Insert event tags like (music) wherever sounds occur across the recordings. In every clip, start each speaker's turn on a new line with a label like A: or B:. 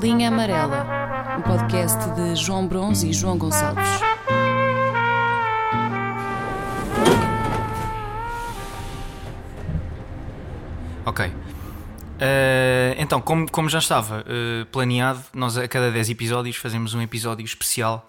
A: Linha Amarela, um podcast de João Bronze e João Gonçalves.
B: Ok. Eh, então, como, como já estava eh, planeado, nós a cada 10 episódios fazemos um episódio especial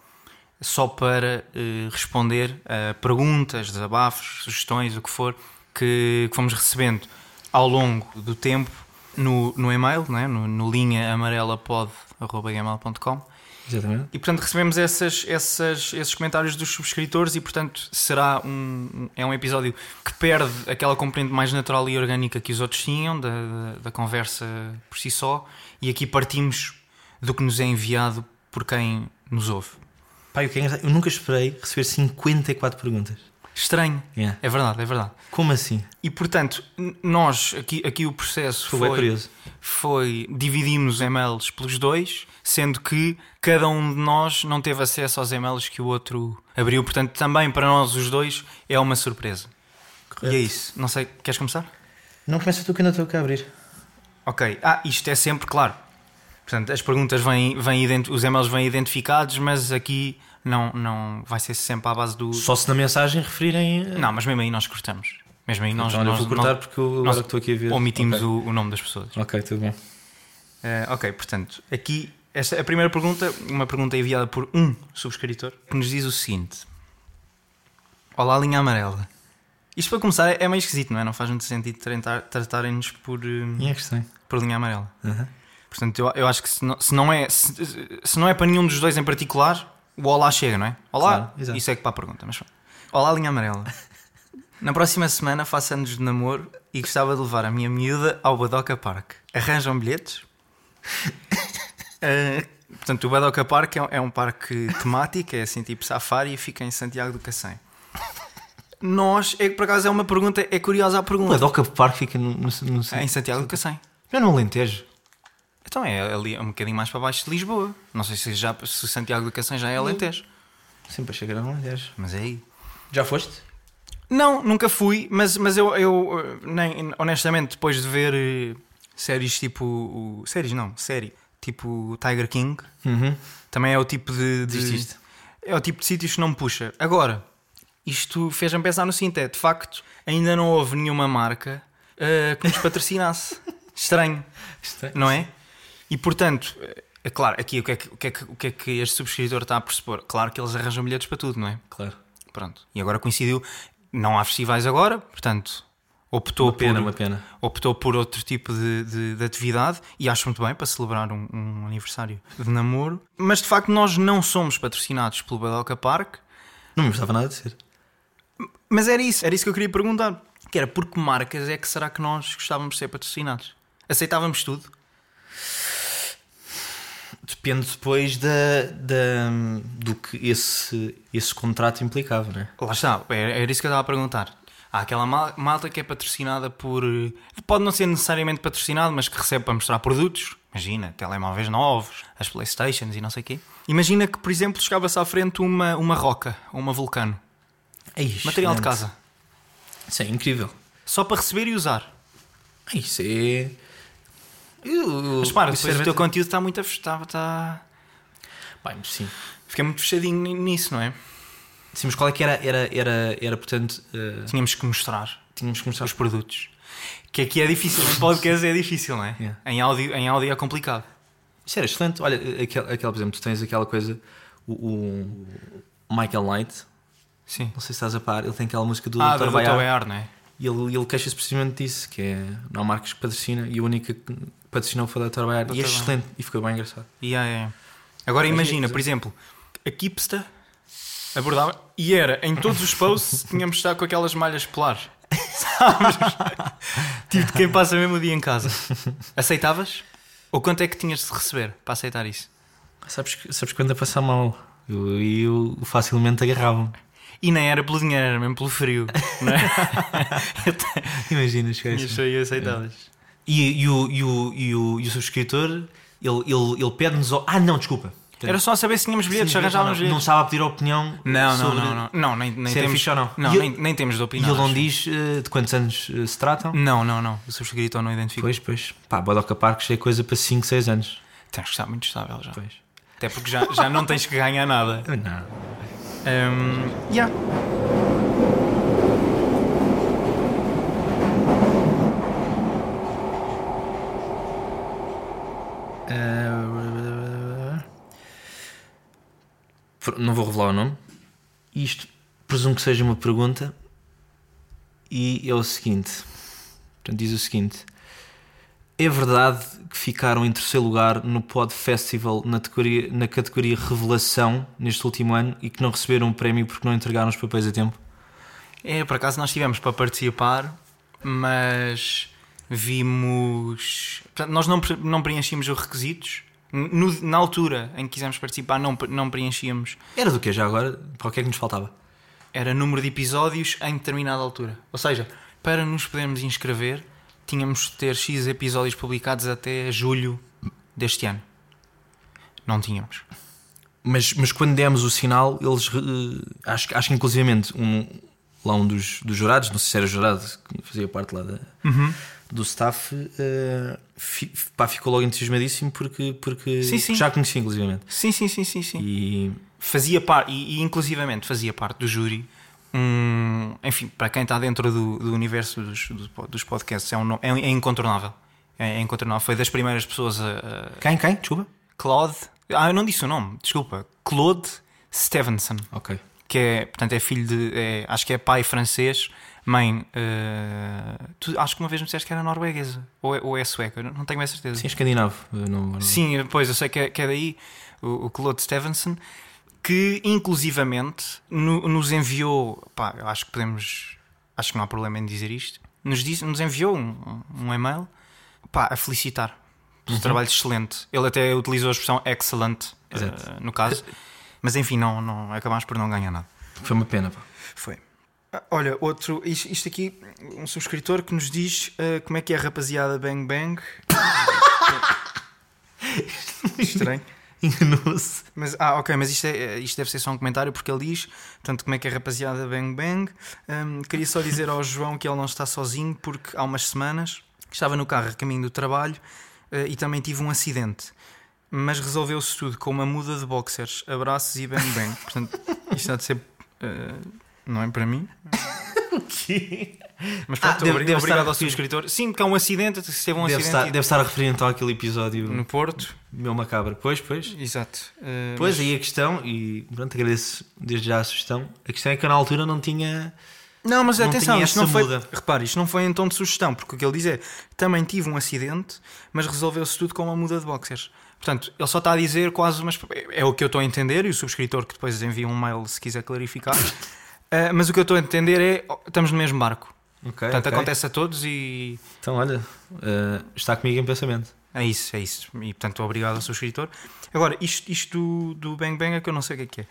B: só para eh, responder a perguntas, desabafos, sugestões, o que for, que, que fomos recebendo ao longo do tempo no, no e-mail, não é? no, no linhaamarelapod.com.
C: Exatamente.
B: E portanto recebemos essas, essas- esses comentários dos subscritores e portanto será um, é um episódio que perde aquela componente mais natural e orgânica que os outros tinham da, da- da conversa por si só e aqui partimos do que nos é enviado por quem nos ouve.
C: Pai, o que é engraçado, eu nunca esperei receber 54 perguntas.
B: Estranho.
C: Yeah.
B: É verdade, é verdade.
C: Como assim?
B: E portanto, n- nós aqui, aqui o processo
C: Foi, bem é curioso.
B: foi dividimos os e-mails pelos dois, sendo que cada um de nós não teve acesso aos e-mails que o outro abriu. Portanto, também para nós os dois é uma surpresa. E é isso. Não sei, queres começar?
C: Não começa tu que ainda estou cá a abrir.
B: Ok. Ah, isto é sempre claro. Portanto, as perguntas vêm, vêm ident- os e-mails vêm identificados, mas aqui não, não vai ser sempre à base do.
C: Só se na mensagem referirem. eh,
B: Não, mas mesmo aí nós cortamos. Mesmo aí nós.
C: então, olha,
B: nós
C: vou cortar
B: nós-
C: porque eu,
B: nós
C: agora que estou aqui a ver.
B: Omitimos
C: Ok.
B: o- o nome das pessoas.
C: Ok, tudo bom.
B: Eh, ok, portanto, aqui esta, a primeira pergunta, uma pergunta enviada por um subscritor, que nos diz o seguinte: Olá, linha amarela. Isto para começar é, é meio esquisito, não é? Não faz muito sentido tratar- tratarem-nos por, eh,
C: E é que está.
B: por linha amarela.
C: Uhum.
B: Portanto, eu, eu acho que se não, se não é, se, se não é para nenhum dos dois em particular, o olá chega, não é? Olá,
C: Claro, exato.
B: isso é que para a pergunta, mas pronto. Olá, linha
C: (laughs)
B: amarela. Na próxima semana faço anos de namoro e gostava de levar a minha miúda ao Badoca Park. Arranjam
C: (laughs)
B: bilhetes? Ah, portanto, o Badoca Park é, um- é um parque temático, é assim tipo safari e fica em Santiago do
C: (laughs)
B: Cacém. Nós, é que por acaso é uma pergunta, é curiosa a
C: O
B: pergunta.
C: Adoca Park fica no. no, no-
B: É em Santiago do Cacém.
C: Eu não é um lentejo.
B: Então é ali um bocadinho mais para baixo de Lisboa. Não sei se, já, se Santiago do Cacém já é Alentejo,
C: Sempre achei que era um lentejo.
B: mas é aí.
C: Já foste?
B: Não, nunca fui, mas, mas eu, eu eh, nem, honestamente, depois de ver eh, séries tipo. o- Séries não, série. Tipo Tiger King,
C: Uhum.
B: também é o tipo de. de-
C: Desististe.
B: é o tipo de sítios que não me puxa. Agora, isto fez-me pensar no seguinte: é, de facto, ainda não houve nenhuma marca eh, que nos (laughs) patrocinasse. Estranho. não é? E portanto, é claro, aqui o que, é que, o, que é que, o que é que este subscritor está a pressupor? Claro que eles arranjam bilhetes para tudo, não é?
C: Claro.
B: Pronto. E agora coincidiu, não há festivais agora, portanto, optou,
C: Uma pena,
B: por,
C: uma pena.
B: optou por outro tipo de, de- de atividade e acho muito bem para celebrar um, um aniversário de namoro. Mas de facto, nós não somos patrocinados pelo Badoca Park,
C: Não me gostava nada de ser.
B: mas era isso, era isso que eu queria perguntar. Que era por que marcas é que será que nós gostávamos de ser patrocinados? Aceitávamos tudo?
C: Depende depois da, da, do que esse, esse contrato implicava, não é?
B: Lá está, era era isso que eu estava a perguntar. Há aquela mal- malta que é patrocinada por. eh, Pode não ser necessariamente patrocinado, mas que recebe para mostrar produtos. Imagina, telemóveis novos, as Playstations e não sei o quê. Imagina que, por exemplo, chegava-se à frente uma, uma roca ou uma vulcano.
C: É isso.
B: Material de casa.
C: Isso é incrível.
B: Só para receber e usar.
C: É Isso é. Eu,
B: Mas para,
C: isso
B: depois
C: é-
B: o teu conteúdo está muito afastado. Está...
C: Pá, mas sim.
B: Fiquei muito fechadinho ni- nisso, não é?
C: Sim, mas qual é que era, era, era, era portanto, eh,
B: Tínhamos que mostrar
C: tínhamos que começar.
B: os produtos. Que aqui é difícil, em podcast é difícil, não é?
C: Yeah.
B: Em, áudio, em áudio é complicado.
C: Isso era excelente. Olha, aquele, aquele, por exemplo, tu tens aquela coisa, o, o- o Michael Knight,
B: Sim.
C: não sei se estás a par, ele tem aquela música do
B: ah,
C: Dr.
B: do
C: Bayard,
B: Bayard, não é?
C: e ele, ele queixa-se precisamente disso, que é não há marcas que patrocina e a única que patrocinou foi a Dr. Bayard. E é
B: Dr. Bayard.
C: excelente e ficou bem engraçado.
B: Yeah, yeah. Agora
C: é
B: imagina, por exemplo, a Kipsta abordava e era em todos os posts (laughs) tínhamos de estar com aquelas malhas polares. (laughs) Sabes? tipo de quem passa mesmo o dia em casa. Aceitavas? Ou quanto é que tinhas de receber para aceitar isso?
C: Sabes, que- sabes quando a passar mal? Eu, eu facilmente agarrava-me. (laughs)
B: E nem era pelo dinheiro, era mesmo pelo frio. Não é?
C: Imagina, chegar a esse
B: Tinhas só aí aceitavas.
C: E, e o, e, o, e, o, e o subscritor, ele, ele, ele pede-nos. ao- Ah, não, desculpa.
B: Era só saber se tínhamos bilhetes,
C: Sim, não,
B: arranjávamos
C: não
B: bilhetes.
C: estava a pedir a opinião.
B: Não, não,
C: sobre-
B: não, não. Não, nem, nem
C: Se era
B: temos.
C: fixe ou não.
B: Não,
C: E
B: nem, nem temos de
C: E
B: opinar.
C: ele não
B: acho.
C: diz eh, de quantos anos eh, se tratam?
B: Não, não, não. O subscritor não identifica.
C: Pois, pois. Pá, Bodoca Park já é coisa para 5, 6 anos.
B: Tens que estar muito estável já.
C: Pois.
B: Até porque já, já não tens que ganhar nada.
C: Não.
B: Um, yeah.
C: Não vou revelar o nome. Isto presumo que seja uma pergunta. E é o seguinte: portanto, diz o seguinte. É verdade que ficaram em terceiro lugar no Pod Festival na categoria, na categoria Revelação neste último ano e que não receberam o prémio porque não entregaram os papéis a tempo?
B: É, por acaso nós tivemos para participar, mas vimos. Portanto, nós não, pre- não preenchíamos os requisitos. N- no- na altura em que quisemos participar, não, pre- não preenchíamos.
C: Era do que já agora? Para o que é que nos faltava?
B: Era número de episódios em determinada altura. Ou seja, para nos podermos inscrever, tínhamos de ter X episódios publicados até julho deste ano. Não tínhamos.
C: Mas, mas quando demos o sinal, eles. eh, acho, que- acho que inclusivamente um, lá um dos, dos jurados, não sei se era jurado, que fazia parte lá da,
B: Uhum.
C: do staff, eh, fi- pá, ficou logo entusiasmadíssimo porque, porque
B: Sim, sim.
C: já conhecia inclusivamente.
B: Sim, sim, sim, sim, sim.
C: E
B: fazia parte, e, e inclusivamente fazia parte do júri. Um, enfim, para quem está dentro do, do universo dos, do- dos podcasts, é, um, nome- é, é incontornável. É, é incontornável. Foi das primeiras pessoas a. a-
C: quem? Quem? Desculpa?
B: Claude. Ah, eu não disse o nome, desculpa. Claude Stevenson,
C: Ok.
B: que é, portanto, é filho de. é- acho que é pai francês, mãe. eh, tu- acho que uma vez me disseste que era norueguesa ou é, ou é sueca, eu não não tenho bem certeza.
C: Sim, escandinavo. eh, Não, não-
B: Sim, pois, eu sei que é, que é daí, o, o Claude Stevenson, que inclusivamente no- nos enviou, pá, eu acho que podemos, acho que não há problema em dizer isto, nos, disse- nos enviou um, um e-mail pá, a felicitar pelo
C: Uhum.
B: trabalho excelente. Ele até utilizou a expressão excellent, eh,
C: Exato.
B: no caso, mas enfim, não, não, acabámos por não ganhar nada.
C: Foi uma pena. Pá.
B: Foi. Ah, Olha, outro, is- isto aqui, um subscritor que nos diz eh, como é que é a rapaziada Bang Bang. Estranho.
C: Enganou-se.
B: Mas, ah, ok, mas isto, é, isto deve ser só um comentário porque ele diz, tanto como é que é a rapaziada Bang Bang. Hum, queria só dizer ao João que ele não está sozinho porque há umas semanas estava no carro a caminho do trabalho eh, e também tive um acidente. Mas resolveu-se tudo com uma muda de boxers, abraços e bang
C: (laughs)
B: bang. Portanto, isto há de ser. eh, não é para mim? Mas pronto,
C: Ah, deve-
B: obri-
C: deve estar
B: obrigado ao
C: referido.
B: subscritor. Sim, que há um acidente, se teve um
C: Deve estar,
B: acidente
C: deve estar a referir então àquele episódio
B: no Porto.
C: meu macabro. Pois, pois.
B: Exato. Eh,
C: Pois, aí a questão, e pronto, agradeço desde já a sugestão. A questão é que eu na altura não tinha.
B: Não, mas
C: Não
B: atenção,
C: tinha
B: isto
C: essa
B: não foi.
C: muda.
B: Repare, isto não foi em tom de sugestão, porque o que ele diz é: também tive um acidente, mas resolveu-se tudo com uma muda de boxers. Portanto, ele só está a dizer quase umas. É o que eu estou a entender, e o subscritor que depois envia um mail se quiser
C: (laughs)
B: clarificar. Eh, mas o que eu estou a entender é: oh, estamos no mesmo barco.
C: Ok.
B: Portanto,
C: ok.
B: acontece a todos e.
C: Então, olha, eh, está comigo em pensamento.
B: É isso, é isso. E portanto, obrigado ao subscritor. Agora, isto, isto do, do Bang Bang é que eu não sei o que é que é.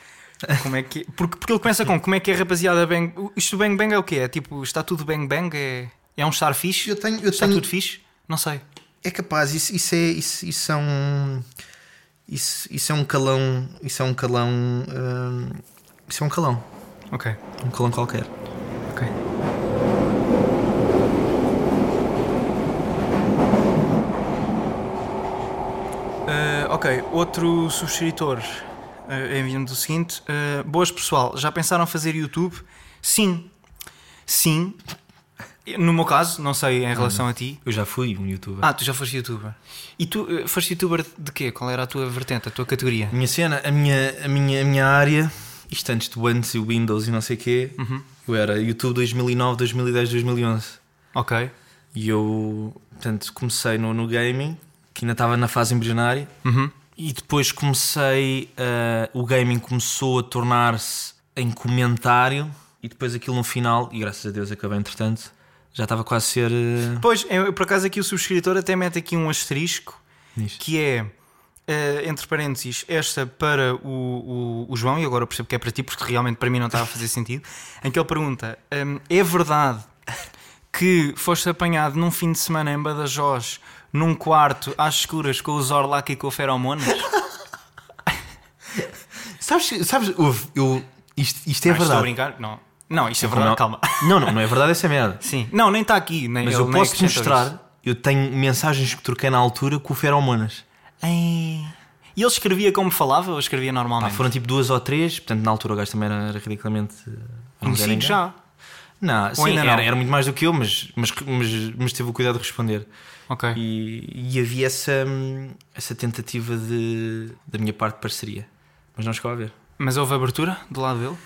B: Como é que é? Porque, porque ele começa com como é que é rapaziada Bang. Isto do Bang Bang é o quê? É tipo, está tudo Bang Bang? É, é um estar fixe?
D: Eu tenho, eu
B: está
D: tenho,
B: tudo fixe? Não sei.
D: é capaz, isso, isso é isso, isso é um isso, isso é um calão, isso é um calão, hum,
C: eh,
D: isso é um calão,
B: Ok,
C: Um colão qualquer.
B: ok. Eh, ok, outro subscritor eh, envia-nos o seguinte: eh, Boas pessoal, já pensaram fazer YouTube? Sim, sim. No meu caso, não sei em relação a ti.
C: Eu já fui um youtuber.
B: Ah, tu já foste youtuber. E tu eh, foste youtuber de quê? Qual era a tua vertente, a tua categoria?
C: A minha cena, a minha, a minha, a minha área, isto antes do antes e o Windows e não sei o quê, eu era YouTube 2009, 2010, 2011.
B: Ok.
C: E eu, portanto, comecei no, no gaming, que ainda estava na fase embrionária,
B: Uhum.
C: e depois comecei. eh, o gaming começou a tornar-se em comentário, e depois aquilo no final, e graças a Deus acabei entretanto, já estava quase a ser. eh,
B: Pois, eu, por acaso aqui o subscritor até mete aqui um asterisco
C: nisto.
B: que é, eh, entre parênteses, esta para o, o- o João, e agora eu percebo que é para ti, porque realmente para mim não estava a fazer sentido, em que ele pergunta: hum, é verdade que foste apanhado num fim de semana em Badajoz, num quarto, às escuras, com o Zorlac e com o Feromonas?
C: É
B: Ah,
C: Sabes, sabes ouve, eu, isto, isto é
B: Ah, Estou a
C: verdade.
B: brincar? Não. Não, isto é
C: Não,
B: verdade, calma.
C: (laughs) Não, não, não é verdade essa merda.
B: Sim. Não, nem está aqui. Nem,
C: Mas
B: ele
C: eu
B: nem
C: posso te
B: acrescentou
C: mostrar,
B: isso.
C: eu tenho mensagens que troquei na altura com o Feromonas.
B: Ai. E ele escrevia como falava ou escrevia
C: Pá,
B: normalmente?
C: foram tipo duas ou três, portanto na altura o gajo também era ridiculamente. eh, não era
B: Conhecido
C: ninguém.
B: já.
C: Não, sim,
B: ainda
C: era,
B: não?
C: era muito mais do que eu, mas, mas, mas, mas teve o cuidado de responder.
B: Ok.
C: E, e havia essa, hum, essa tentativa de, da minha parte de parceria, mas não chegou a ver.
B: Mas houve abertura do lado dele?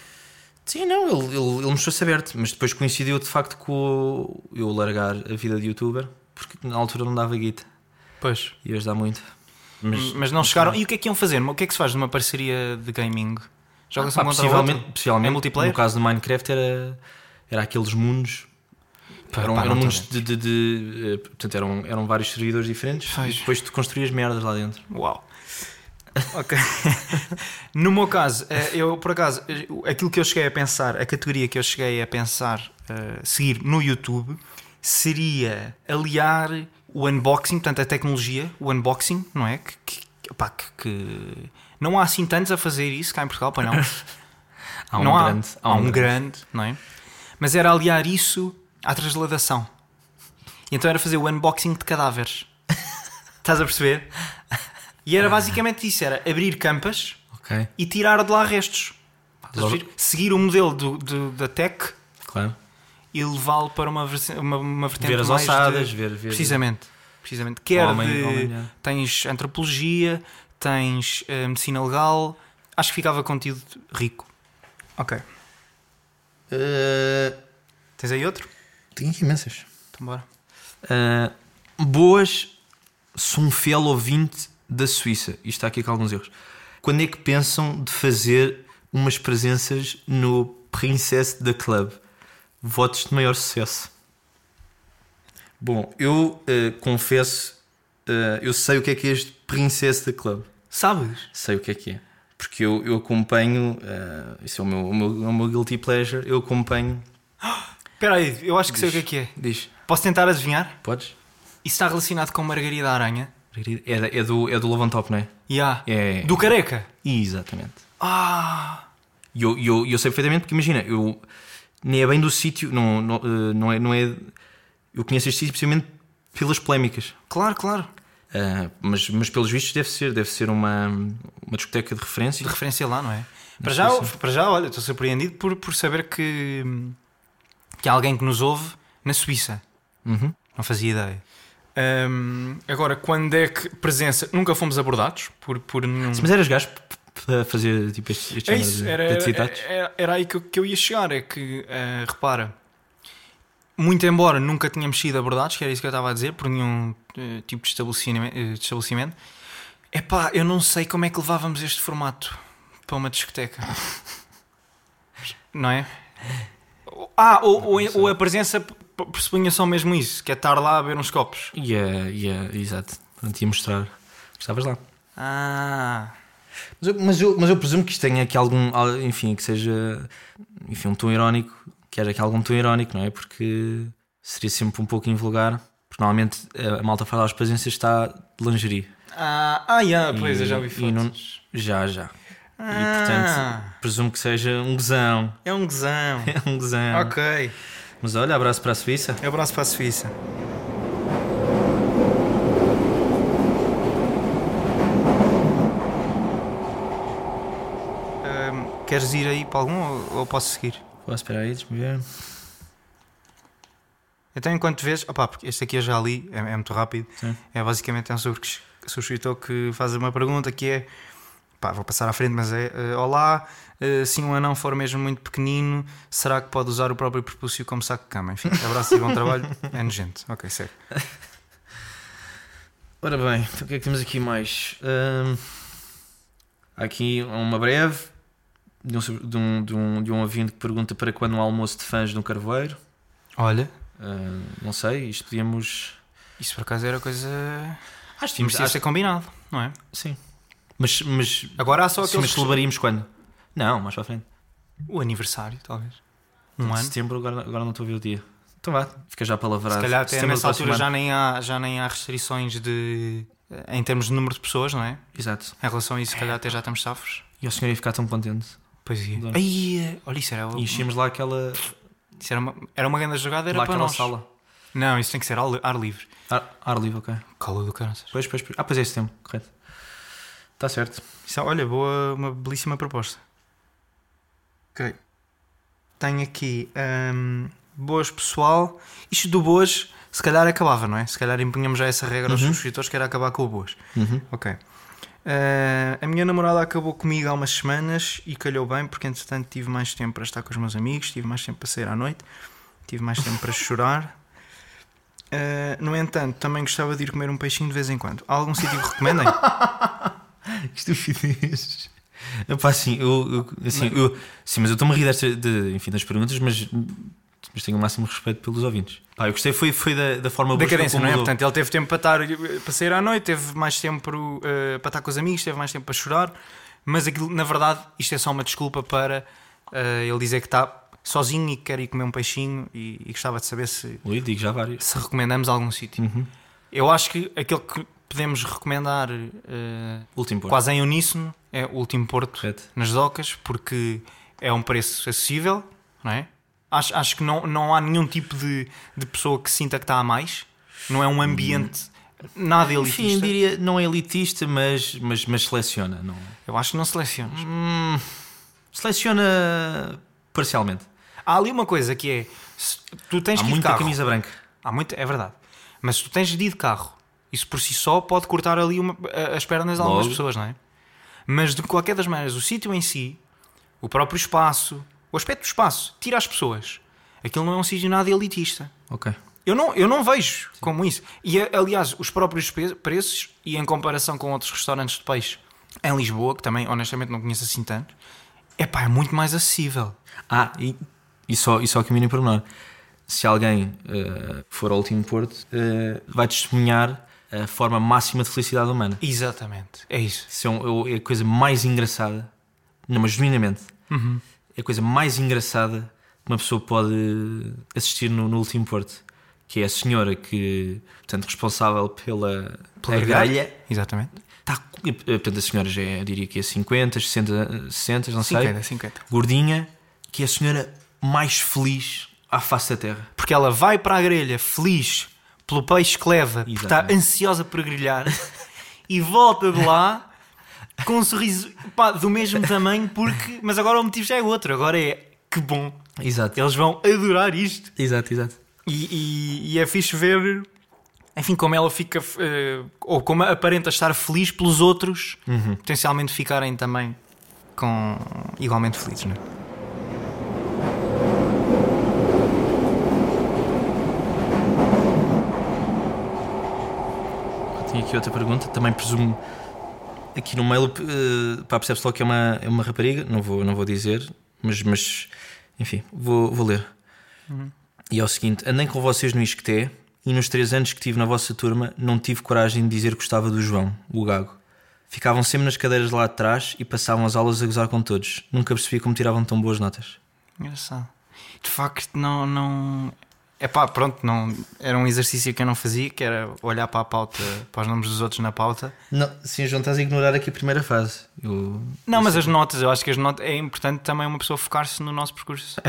C: Sim, não, ele, ele, ele mostrou-se aberto, mas depois coincidiu de facto com o- eu largar a vida de youtuber, porque na altura não dava guita,
B: Pois.
C: e hoje dá muito. Mas,
B: Mas, não chegaram. E o que é que iam fazer? O que é que se faz numa parceria de gaming? Joga-se
C: Ah, pá,
B: um contra o outro?
C: possivelmente, possivelmente
B: É multiplayer?
C: no caso do Minecraft, era, era aqueles mundos.
B: Pá,
C: eram
B: pá,
C: eram
B: não
C: mundos
B: tô
C: de. de, de, eh, portanto, eram, eram vários servidores diferentes
B: Pois.
C: e depois tu construías merdas lá dentro.
B: Uau. Ok. (laughs) no meu caso, eh, eu por acaso, eh, aquilo que eu cheguei a pensar, a categoria que eu cheguei a pensar eh, seguir no YouTube seria aliar o unboxing, portanto a tecnologia, o unboxing, não é? Que, que, opá, que- que- não há assim tantos a fazer isso cá em Portugal, pois não.
C: Há um
B: não
C: grande.
B: Há, um grande, não é? Mas era aliar isso à transladação. E Então era fazer o unboxing de
C: (laughs)
B: cadáveres. Estás a perceber? E era basicamente isso: era abrir campas
C: Ok,
B: e tirar de lá restos. Estás a
C: Logo-
B: perceber? Seguir o modelo do- do- da tech
C: claro.
B: e levá-lo para uma, verse- uma, uma vertente
C: Ver as
B: mais de-
C: ossadas, ver, ver.
B: Precisamente. Precisamente. Quer
C: homem-
B: de-
C: homem, é.
B: tens antropologia, tens eh, medicina legal. Acho que ficava contido rico. Ok.
D: Eh,
B: Tens aí outro?
D: tenho aqui imensas.
B: Então bora.
C: Ah, boas, sou um fiel ouvinte da Suíça. Isto está aqui com alguns erros. Quando é que pensam de fazer umas presenças no Princess da Club? Votos de maior sucesso. Bom, eu eh, confesso, eh, eu sei o que é que é este Princess da Club.
B: Sabes?
C: Sei o que é que é. Porque eu, eu acompanho, eh, isso é o meu, o, meu, é o meu guilty pleasure, eu acompanho.
B: Espera aí, eu acho que sei o que é que é.
C: Diz,
B: Posso tentar adivinhar?
C: podes?
B: Isso está relacionado com Margarida Aranha?
C: É, da- é do, é do Love on Top, não é?
B: Ya.
C: É.
B: Do Careca?
C: Exatamente.
B: Ah!
C: E eu, e eu, e eu sei perfeitamente porque imagina, eu nem é bem do sítio, não, não, eh, não, é, não é. Eu conheço este sítio precisamente pelas polémicas.
B: Claro, claro.
C: Ah, mas, mas pelos vistos deve ser, deve ser uma, uma discoteca de referência.
B: De referência lá, não é? Para já, para já, olha, estou surpreendido por, por saber que, que há alguém que nos ouve na Suíça.
C: Uhum.
B: Não fazia ideia. Ahm, agora, quando é que presença? Nunca fomos abordados por, por nenhum.
C: Mas eras gajo p- p- para fazer tipo este, este
B: É
C: género
B: isso,
C: de,
B: era, é-
C: de
B: era,
C: atividades?
B: era- era aí que eu, que eu ia chegar. É que, eh, repara, muito embora nunca tenhamos sido abordados, que era isso que eu estava a dizer, por nenhum eh, tipo de estabelecimento, eh, de estabelecimento, epá, eu não sei como é que levávamos este formato para uma discoteca. não é? Ah, ou, ou- ou a presença p- p- pressupunha só mesmo isso, que é estar lá a beber uns copos.
C: E a- e a- exato. Portanto, ia mostrar que estavas lá.
B: Ah,
C: Mas eu, mas, eu, mas eu presumo que isto tenha aqui algum, al- enfim, que seja enfim, um tom irónico, que haja aqui algum tom irónico, não é? Porque seria sempre um pouco invulgar, porque normalmente a a malta fala às presenças está de lingerie.
B: ah, ah, yeah,
C: E-
B: pois, eu já vi
C: e
B: fotos.
C: não- Já, já. E
B: Ah.
C: portanto, presumo que seja um gozão. (laughs)
B: É um gozão.
C: É um gozão.
B: Ok.
C: Mas olha, abraço para a Suíça.
B: Um Abraço para a Suíça. Ahm, queres ir aí para algum ou, ou posso seguir?
C: Vou esperar aí, deixa-me ver.
B: Então, enquanto vês, opá, porque este aqui eu já li, é, é muito rápido.
C: Sim.
B: É basicamente é um subscri- subscritor que faz uma pergunta que é: pá, vou passar à frente, mas é: eh, Olá, eh, se um anão for mesmo muito pequenino, será que pode usar o próprio propúcio como saco de cama? Enfim, abraço e bom trabalho. É nojento. Ok, segue.
C: Ora bem, então o que é que temos aqui mais? Ahm, há aqui uma breve de um, sub- de, um, de, um, de um ouvinte que pergunta para quando um almoço de fãs no Carvoeiro.
B: Olha,
C: Ahm, não sei, isto podíamos.
B: isso por acaso era coisa.
C: Acho
B: Tínhamos de
C: acho,
B: ser combinado, não é?
C: Sim. Mas, mas,
B: Agora há só
C: sim,
B: aqueles.
C: mas celebraríamos quando? Não, mais para a frente.
B: O aniversário, talvez. Um ano.
C: Setembro, agora, agora não estou a ver o dia. Então vá, fica já palavrado.
B: Se calhar até
C: Setembro do
B: nessa
C: próximo
B: altura já
C: ano.
B: nem, há, já nem há restrições de. eh, em termos de número de pessoas, não é?
C: Exato.
B: Em relação a isso, se
C: É.
B: calhar até já estamos safos.
C: E o senhor ia ficar tão contente.
B: Pois é.
C: Adoro.
B: Aí, olha, isso era,
C: E enchíamos lá aquela,
B: isso era, uma, era uma grande jogada, era
C: lá
B: para
C: aquela
B: nós.
C: sala.
B: Não, isso tem que ser ao li- ar livre.
C: Ar, ar livre, ok.
B: Calor do câncer.
C: Pois, pois, pois. Ah, pois é esse tempo, correto. Está certo.
B: Isso é, olha, boa, uma belíssima proposta. Ok. Tenho aqui. hum, boas, pessoal. Isto do boas, se calhar acabava, não é? Se calhar impunhamos já essa regra aos subscritores que era acabar com o boas.
C: Uhum.
B: Ok. Ah, a minha namorada acabou comigo há umas semanas e calhou bem, porque entretanto tive mais tempo para estar com os meus amigos, tive mais tempo para sair à noite, tive mais tempo para chorar. Ah, no entanto, também gostava de ir comer um peixinho de vez em quando. Há algum sítio que recomendem?
C: Que estupidez. Epá, assim, eu, eu- assim, eu- sim, mas eu estou-me a rir desta, de, enfim, das perguntas, mas, mas tenho o máximo respeito pelos ouvintes. Pá, eu gostei, foi, foi da, da forma
B: da
C: brusca
B: cadência,
C: como
B: não é?
C: mudou.
B: Portanto, ele teve tempo para, estar, eh, para sair à noite, teve mais tempo eh, para estar com os amigos, teve mais tempo para chorar, mas aquilo, na verdade, isto é só uma desculpa para eh, ele dizer que está sozinho e que quer ir comer um peixinho e, e gostava de saber se,
C: Ui, digo já vários.
B: se recomendamos algum sítio. Eu acho que aquele que podemos recomendar eh,
C: Último ponto.
B: quase em uníssono é o último Porto
C: Correto.
B: nas docas, porque é um preço acessível, não é? Acho, acho que não, não há nenhum tipo de, de pessoa que sinta que está a mais, não é um ambiente nada elitista.
C: Enfim, diria, não é elitista, mas, mas, mas seleciona. Não. é?
B: Eu acho que não selecionas.
C: Seleciona parcialmente.
B: Há ali uma coisa que é: se tu tens que
C: Há
B: ir de
C: muita
B: carro,
C: camisa branca.
B: há muita, é verdade, mas se tu tens de ir de carro, isso por si só pode cortar ali uma- a- as pernas de algumas
C: Logo.
B: pessoas, não é? Mas de qualquer das maneiras, o sítio em si, o próprio espaço, o aspecto do espaço, tira as pessoas. Aquilo não é um sítio nada elitista.
C: Ok.
B: Eu não, eu não vejo como isso. E a- aliás, os próprios pe- preços, e em comparação com outros restaurantes de peixe em Lisboa, que também honestamente não conheço assim tanto, é pá, é muito mais acessível.
C: Ah, e, e só, e só aqui um mini pormenor. Se alguém eh, for ao último Porto, eh, vai testemunhar a forma máxima de felicidade humana.
B: Exatamente. É isso.
C: Isso é, um- é a coisa mais engraçada, não, mas genuinamente, é a coisa mais engraçada que uma pessoa pode assistir no, no último Porto. Que é a senhora que, portanto, responsável pela, pela grelha.
B: Exatamente.
C: Está, co- eh, portanto, a senhora já é, eu diria que é 50, 60, 60 não sei.
B: 50, 50.
C: Gordinha, que é a senhora mais feliz à face da terra.
B: Porque ela vai para a grelha feliz pelo peixe que leva, porque está
C: Exatamente.
B: ansiosa por grelhar, (laughs) e volta de lá com um sorriso pá, do mesmo tamanho, porque. Mas agora o motivo já é outro. Agora é que bom.
C: Exato.
B: Eles vão adorar isto.
C: Exato, exato.
B: E, e- e é fixe ver, enfim, como ela fica, eh, ou como aparenta estar feliz pelos outros, potencialmente ficarem também com, igualmente felizes, não é?
C: Tinha aqui outra pergunta, também presumo. Aqui no mail, eh, pá, percebes logo que é uma, é uma rapariga, não vou, não vou dizer, mas, mas enfim, vou, vou ler. E é o seguinte: andei com vocês no Isqueté e nos três anos que tive na vossa turma não tive coragem de dizer que gostava do João, o gago. Ficavam sempre nas cadeiras de lá de trás e passavam as aulas a gozar com todos. Nunca percebi como tiravam tão boas notas.
B: Engraçado. De facto, não. não... É pá, pronto, não... era um exercício que eu não fazia, que era olhar para a pauta, para os nomes dos outros na pauta.
C: Não, sim, João, estás a ignorar aqui a primeira fase. (laughs) Eu...
B: Não, mas as notas, eu acho que as notas é importante também uma pessoa focar-se no nosso (laughs) percurso.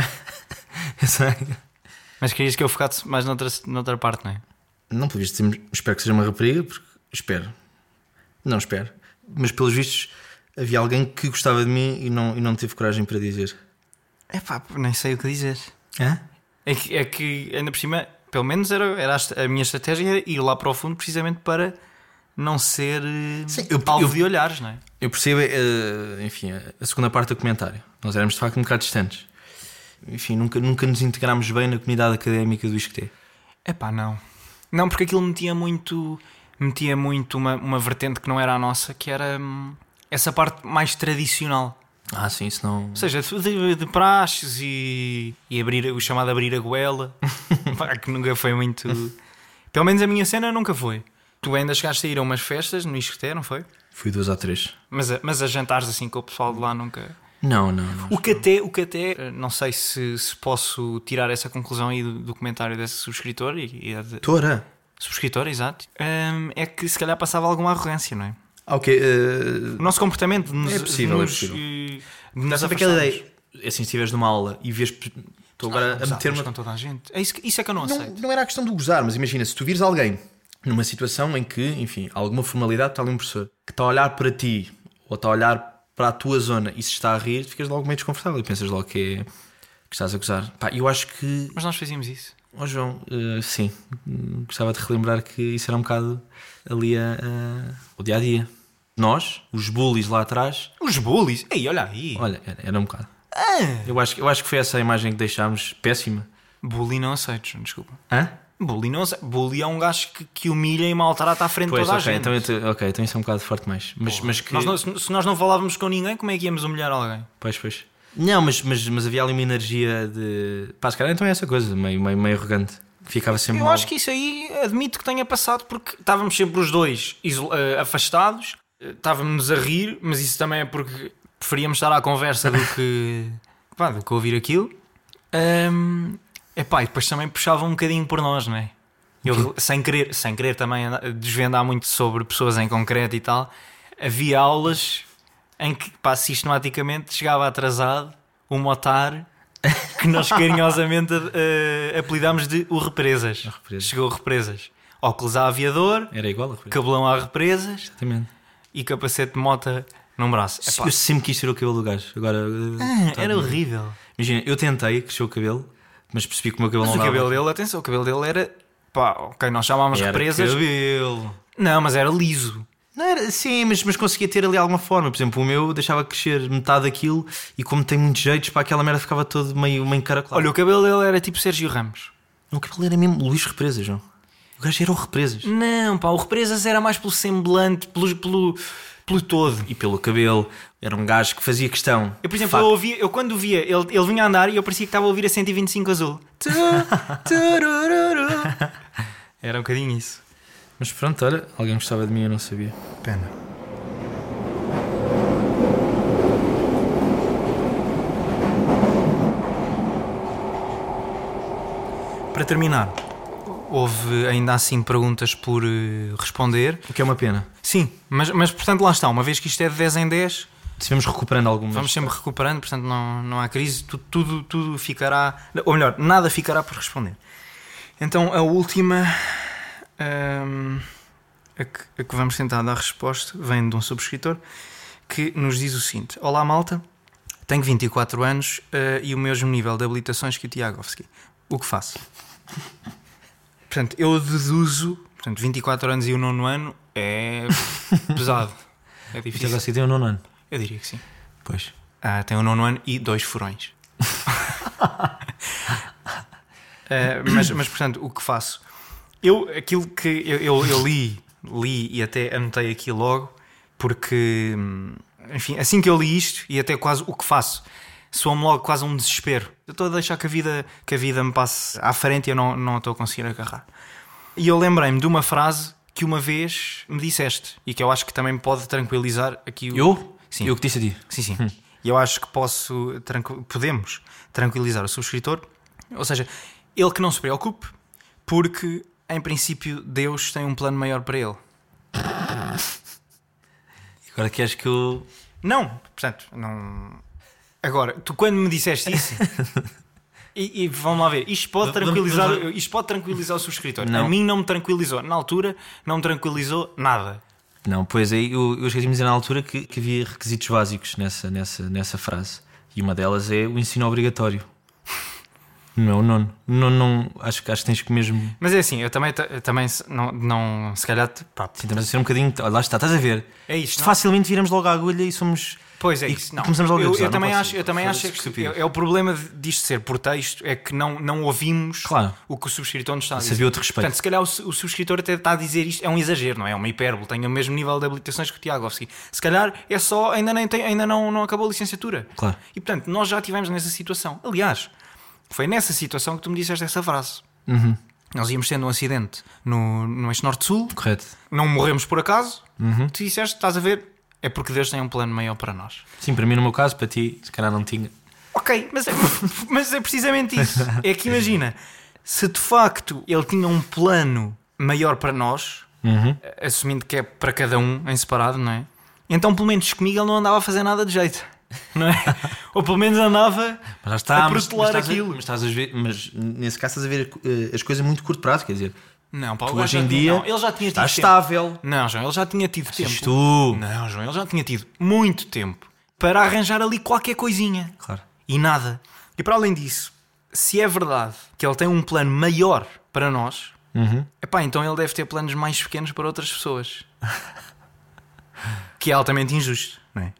B: Mas querias que eu focasse mais noutra, noutra parte, não é?
C: Não, pelo visto, temos- espero que seja uma rapariga, porque espero. Não espero. Mas pelos vistos havia alguém que gostava de mim e não, e não teve coragem para dizer.
B: É pá, nem sei o que dizer.
C: Hã?
B: É que, é que ainda por cima, pelo menos era, era a est- a minha estratégia era ir lá para o fundo precisamente para não ser eh,
C: Sim, eu-
B: alvo
C: eu-
B: de olhares, não é?
C: Eu percebo, eh, enfim, a- a segunda parte do comentário. Nós éramos de facto um bocado distantes. Enfim, nunca, nunca nos integrámos bem na comunidade académica do ISCTE.
B: É pá, não. Não, porque aquilo metia muito, metia muito uma, uma vertente que não era a nossa, que era hum, essa parte mais tradicional.
C: Ah, sim, isso não.
B: Ou seja, de, de praxes e, e abrir, o chamado abrir a
C: (laughs)
B: goela, pá, que nunca foi muito. Pelo menos a minha cena nunca foi. Tu ainda chegaste a ir a umas festas no Isqueté, não foi?
C: Fui duas ou três.
B: Mas a, mas a jantares assim com o pessoal de lá nunca.
C: Não, não. não.
B: O que até, o que
C: é-
B: até eh, não sei se, se posso tirar essa conclusão aí do, do comentário desse subscritor e, e de,
C: Tora!
B: subscritor, exato, Hum, é que se calhar passava alguma arrogância, não é?
C: Ah, ok. eh,
B: O nosso comportamento de nos,
C: É possível,
B: de
C: é
B: nos,
C: possível.
B: eh, de nos
C: sabe aquela
B: afastarmos. Ah,
C: ideia? Assim, se estiveres numa aula e vês. Estou agora a
B: Gozávamos
C: meter-me
B: com toda a gente. É isso, que- isso é que eu não,
C: Não,
B: aceito.
C: não era a questão de gozar, mas imagina, se tu vires alguém numa situação em que, enfim, há alguma formalidade, está ali um professor que está a olhar para ti ou está a olhar para a tua zona e se está a rir, ficas logo meio desconfortável e pensas logo que é que estás a gozar. Pá, eu acho que,
B: Mas nós fazíamos isso.
C: ó João, eh, sim, hum, gostava de relembrar que isso era um bocado ali a, a- o dia a dia. Nós, os bullies lá atrás,
B: Os bullies. Ei, olha aí.
C: olha, era- era um bocado. Eu acho, que- eu acho que foi essa a imagem que deixámos péssima.
B: Bully não aceites, desculpa.
C: Hã?
B: Bully não aceites. Bully é um gajo que, que humilha e maltrata à frente de
C: Pois,
B: toda a
C: ok,
B: gente.
C: então, eu te- ok, então isso é um bocado forte mais. Mas, mas que.
B: Nós não- se, se nós não falávamos com ninguém, como é que íamos humilhar alguém?
C: Pois, pois. Não, mas, mas, mas havia ali uma energia de. Pá, se calhar então é essa coisa, meio, meio, meio arrogante. que Ficava sempre
B: Eu
C: mal.
B: acho que isso aí admito que tenha passado porque estávamos sempre os dois iso- eh, afastados, eh, estávamos a rir, mas isso também é porque preferíamos estar à conversa do que, (laughs) pá, do que ouvir aquilo. Ahm, epá, e depois também puxavam um bocadinho por nós, não é? Eu, sem, querer, sem querer também andar- desvendar muito sobre pessoas em concreto e tal, havia aulas em que pá, sistematicamente chegava atrasado um motar que
C: (laughs)
B: nós carinhosamente eh, apelidámos de o Represas.
C: O Represas.
B: Chegou o Represas. Óculos a aviador,
C: Era igual a Rui.
B: cabelão a Represas
C: Exatamente.
B: e capacete de mota num braço. Epá,
C: Eu sempre quis tirar o cabelo do gajo. Agora.
B: ah,
C: tá-
B: era horrível.
C: Imagina, eu tentei crescer o cabelo, mas percebi que o meu cabelo
B: Mas o
C: não dava.
B: cabelo dele, atenção, o cabelo dele era. Pá, ok, nós chamávamos
C: Era
B: represas.
C: cabelo.
B: Não, mas era liso.
C: Não era, sim, mas, mas conseguia ter ali alguma forma. Por exemplo, o meu deixava crescer metade daquilo e, como tem muitos jeitos, para aquela merda ficava todo meio, meio encaracolado.
B: Olha, o cabelo dele era tipo Sérgio Ramos.
C: o cabelo era mesmo Luís Represas, João. O gajo era o Represas.
B: Não, pá, o represas era mais pelo semblante, pelo, pelo, pelo todo.
C: E pelo cabelo, era um gajo que fazia questão.
B: Eu, por exemplo,
C: Fa-
B: eu, ouvia, eu quando o via, ele, ele vinha a andar e eu parecia que estava a ouvir a 125 azul. Tu, turururu. (laughs) Era um bocadinho isso.
C: Mas pronto, olha, alguém gostava de mim, eu não sabia.
B: Pena. Para terminar, houve ainda assim perguntas por eh, responder.
C: O que é uma pena.
B: Sim, mas, mas portanto lá está, uma vez que isto é de 10 em 10,
C: Estivemos recuperando algumas.
B: vamos sempre recuperando, portanto não, não há crise, tu- tudo, tudo ficará, ou melhor, nada ficará por responder. Então a última ahm, a, que, a que vamos tentar dar resposta vem de um subscritor que nos diz o seguinte: Olá malta, tenho 24 anos eh, e o mesmo nível de habilitações que o Tiagovski. O que faço? (laughs) Portanto, eu deduzo, portanto, 24 anos e o nono ano é pesado. É
C: Isto
B: difícil.
C: agora se tem o nono ano.
B: Eu diria que sim.
C: Pois.
B: Ah, tem o nono ano e dois (laughs) furões. Ah, mas, mas, portanto, o que faço? Eu, aquilo que eu, eu- eu li, li e até anotei aqui logo, porque, hum, enfim, assim que eu li isto, e até quase o que faço, soa-me logo quase um desespero. Eu estou a deixar que a vida, que a vida me passe à frente e eu não, não estou a conseguir agarrar. E eu lembrei-me de uma frase que uma vez me disseste e que eu acho que também pode tranquilizar aqui o.
C: Eu?
B: Sim.
C: Eu que disse a ti.
B: Sim, sim. E eu acho que posso, tranqui- podemos tranquilizar o subscritor. Ou seja, ele que não se preocupe, porque em princípio Deus tem um plano maior para ele.
C: Agora queres que eu.
B: Não, portanto, não. Agora, tu quando me disseste
C: (laughs)
B: isso. E, e vamos lá ver, isto pode,
C: V- vamos-
B: tranquilizar,
C: vamos lá.
B: isto pode tranquilizar o subscritor.
C: Não.
B: A mim não me tranquilizou. Na altura, não me tranquilizou nada.
C: Não, pois aí eu, eu esqueci de dizer na altura que, que havia requisitos básicos nessa, nessa, nessa frase. E uma delas é o ensino obrigatório. (laughs) Não é o nono. Não, não, acho, que- acho que tens que mesmo.
B: Mas é assim, eu também, eu também se- não, não. Se calhar. Pá,
C: Sim, estamos a ser um bocadinho. Olha, Lá está, estás a ver?
B: É isto, não?
C: Facilmente viramos logo a agulha e somos.
B: Pois é
C: e
B: isso. Não.
C: Começamos logo a
B: eu, eu
C: gozar, não
B: também
C: pode
B: acho,
C: ser.
B: eu também acho
C: Foda-se,
B: é que
C: estúpido.
B: é, é o problema de- disto ser por texto é que não, não ouvimos
C: Claro.
B: o que o subscritor nos está a
C: Isso
B: dizer.
C: havia outro respeito.
B: Portanto, se calhar o, su- o subscritor até está a dizer isto é um exagero, não é? É uma hipérbole, tem o mesmo nível de habilitações que o Tiagovski. Se calhar é só ainda nem tem- ainda não, não acabou a licenciatura.
C: Claro.
B: E portanto, nós já tivemos nessa situação. Aliás, foi nessa situação que tu me disseste essa frase.
C: Uhum.
B: Nós íamos tendo um acidente no, no Eixo Norte-Sul
C: Correto.
B: não morremos por acaso,
C: Uhum.
B: tu disseste, estás a ver, é porque Deus tem um plano maior para nós.
C: Sim, para mim, no meu caso, para ti, se calhar não tinha.
B: Ok, mas é, (laughs) mas é precisamente isso. É que imagina, se de facto ele tinha um plano maior para nós,
C: Uhum.
B: assumindo que é para cada um em separado, não é? Então, pelo menos comigo, ele não andava a fazer nada de jeito, (laughs) não é? Ou pelo menos andava
C: Mas lá está,
B: a
C: mas- mas
B: protelar
C: estás a-
B: aquilo.
C: mas estás a ver- mas nesse caso estás a ver eh, as coisas a muito curto prazo, quer dizer,
B: Não, Paulo,
C: Tu
B: eu
C: hoje
B: já
C: em
B: tinha-
C: dia
B: não, ele já tinha tido
C: Está
B: tempo.
C: estável.
B: Não, João, ele já tinha tido
C: Assiste
B: tempo.
C: tu.
B: Não, João, ele já tinha tido muito tempo para arranjar ali qualquer coisinha.
C: Claro.
B: E nada. E para além disso, se é verdade que ele tem um plano maior para nós,
C: Uhum.
B: epá, então ele deve ter planos mais pequenos para outras pessoas. que é altamente injusto, não é?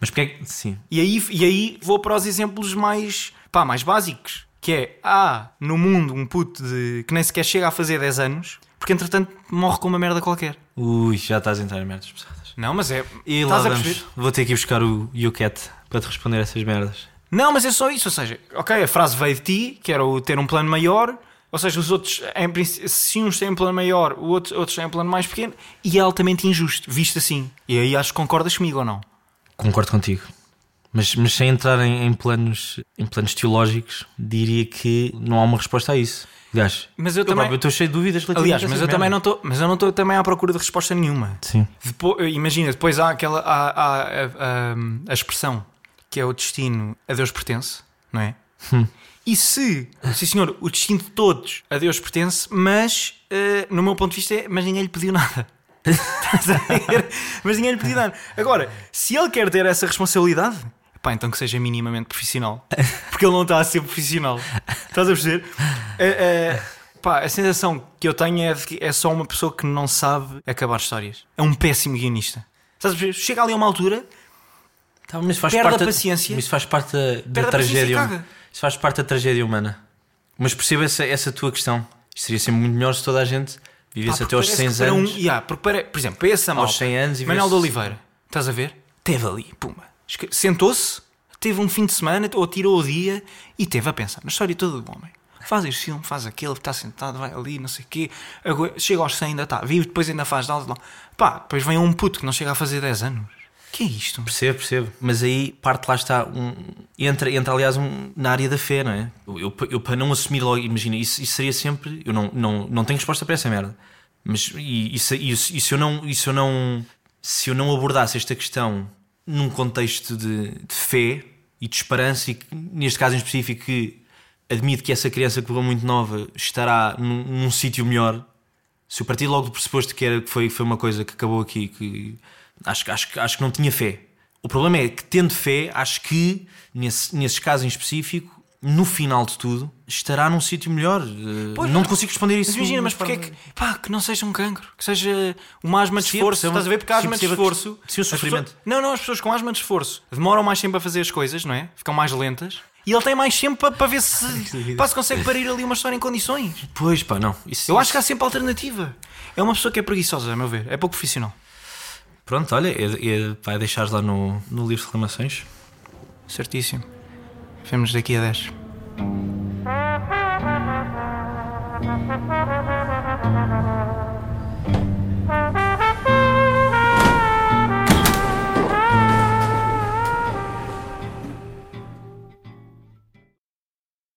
C: Mas porque é que. Sim.
B: E aí, e aí vou para os exemplos mais, pá, mais básicos. Que é, há no mundo um puto de, que nem sequer chega a fazer 10 anos, porque entretanto morre com uma merda qualquer.
C: Ui, já estás a entrar em merdas pesadas.
B: Não, mas é.
C: E lá
B: estás a
C: vamos.
B: perceber?
C: Vou ter que ir buscar o YouCat para te responder essas merdas.
B: Não, mas é só isso. Ou seja, ok, a frase veio de ti, que era o ter um plano maior. Ou seja, os outros, em princ- se uns têm um plano maior, o outro- outros têm um plano mais pequeno, e é altamente injusto, visto assim. E aí acho que concordas comigo ou não?
C: Concordo contigo. Mas, mas sem entrar em, em planos, em planos teológicos, diria que não há uma resposta a isso. Aliás,
B: Mas eu
C: eu
B: também-
C: próprio estou cheio de dúvidas relativamente
B: Aliás,
C: a
B: mas eu
C: essas
B: também não
C: merdas.
B: estou, mas eu não estou também à procura de resposta nenhuma.
C: Sim.
B: Depo- eh, imagina, depois há aquela há- há- a, a- a expressão que é o destino a Deus pertence, não é? E se, sim senhor, o destino de todos a Deus pertence, mas eh, no meu ponto de vista é, mas ninguém lhe pediu nada. Estás a ver? mas ninguém lhe pediu nada. Agora, se ele quer ter essa responsabilidade, pá, então que seja minimamente profissional, porque ele não está a ser profissional. Estás a perceber? Eh, eh, pá, a sensação que eu tenho é de que é só uma pessoa que não sabe acabar histórias. É um péssimo guionista. Estás a perceber? Chega ali a uma altura
C: Tá, mas isso faz
B: Perde a
C: parte
B: paciência.
C: Mas isso faz parte da- da,
B: Perde a paciência e
C: tragédia.
B: caga.
C: Isso faz parte da tragédia humana. Mas percebo essa, essa tua questão. Isto seria sempre muito melhor se toda a gente
B: Pá,
C: vivesse
B: porque
C: até aos
B: parece
C: 100
B: que para
C: anos.
B: Um, yeah, porque para- por exemplo, para esse malta,
C: 100 anos e
B: Manuel de
C: vê-se-
B: Oliveira, estás a ver? Teve ali, pumba. esque- Sentou-se, teve um fim de semana, ou tirou o dia e teve a pensar na história toda do homem. Faz este filme, faz aquele, está sentado, vai ali, não sei o quê. agu- Chega aos 100, ainda está vivo, depois ainda faz de lá. de lá. Pá, depois vem um puto que não chega a fazer 10 anos. Que é isto?
C: Percebo, percebo. Mas aí parte lá está. Um, entra, entra, aliás, um, na área da fé, não é? Eu, eu, eu para não assumir logo, imagina, isso, isso seria sempre. Eu não, não, não tenho resposta para essa merda. Mas e, isso, isso, isso eu não, isso eu não. Se eu não abordasse esta questão num contexto de, de fé e de esperança, e que, neste caso em específico, que admito que essa criança que foi muito nova estará num, num sítio melhor se eu partir logo do pressuposto que, era, que foi, foi uma coisa que acabou aqui, que acho, que- acho, que- acho que não tinha fé. O problema é que, tendo fé, acho que, nesse, nesses casos em específico, no final de tudo, estará num sítio melhor. Eh,
B: Pois,
C: não
B: mas-
C: te consigo responder isso. é
B: Mas imagina,
C: de
B: mas
C: forma-
B: porquê é que, pá, que não seja um cancro, que seja uma asma de
C: Sim,
B: esforço,
C: percebo.
B: estás a ver? Porque a
C: Sim,
B: asma de
C: percebo a
B: esforço.
C: questão. Sim, o
B: as pessoas-
C: sofrimento.
B: não, não, as pessoas com asma de esforço demoram mais tempo a fazer as coisas, não é? Ficam mais lentas. E ele tem mais tempo para, para ver (laughs) se, pá, se consegue parir ali uma história em condições.
C: Pois, pá, não. Isso,
B: Eu acho que há sempre alternativa. É uma pessoa que é preguiçosa, a meu ver. É pouco profissional.
C: Pronto, olha, é, é, vai deixar lá no, no livro de reclamações.
B: Certíssimo. Vemos daqui a 10.
E: Thank you.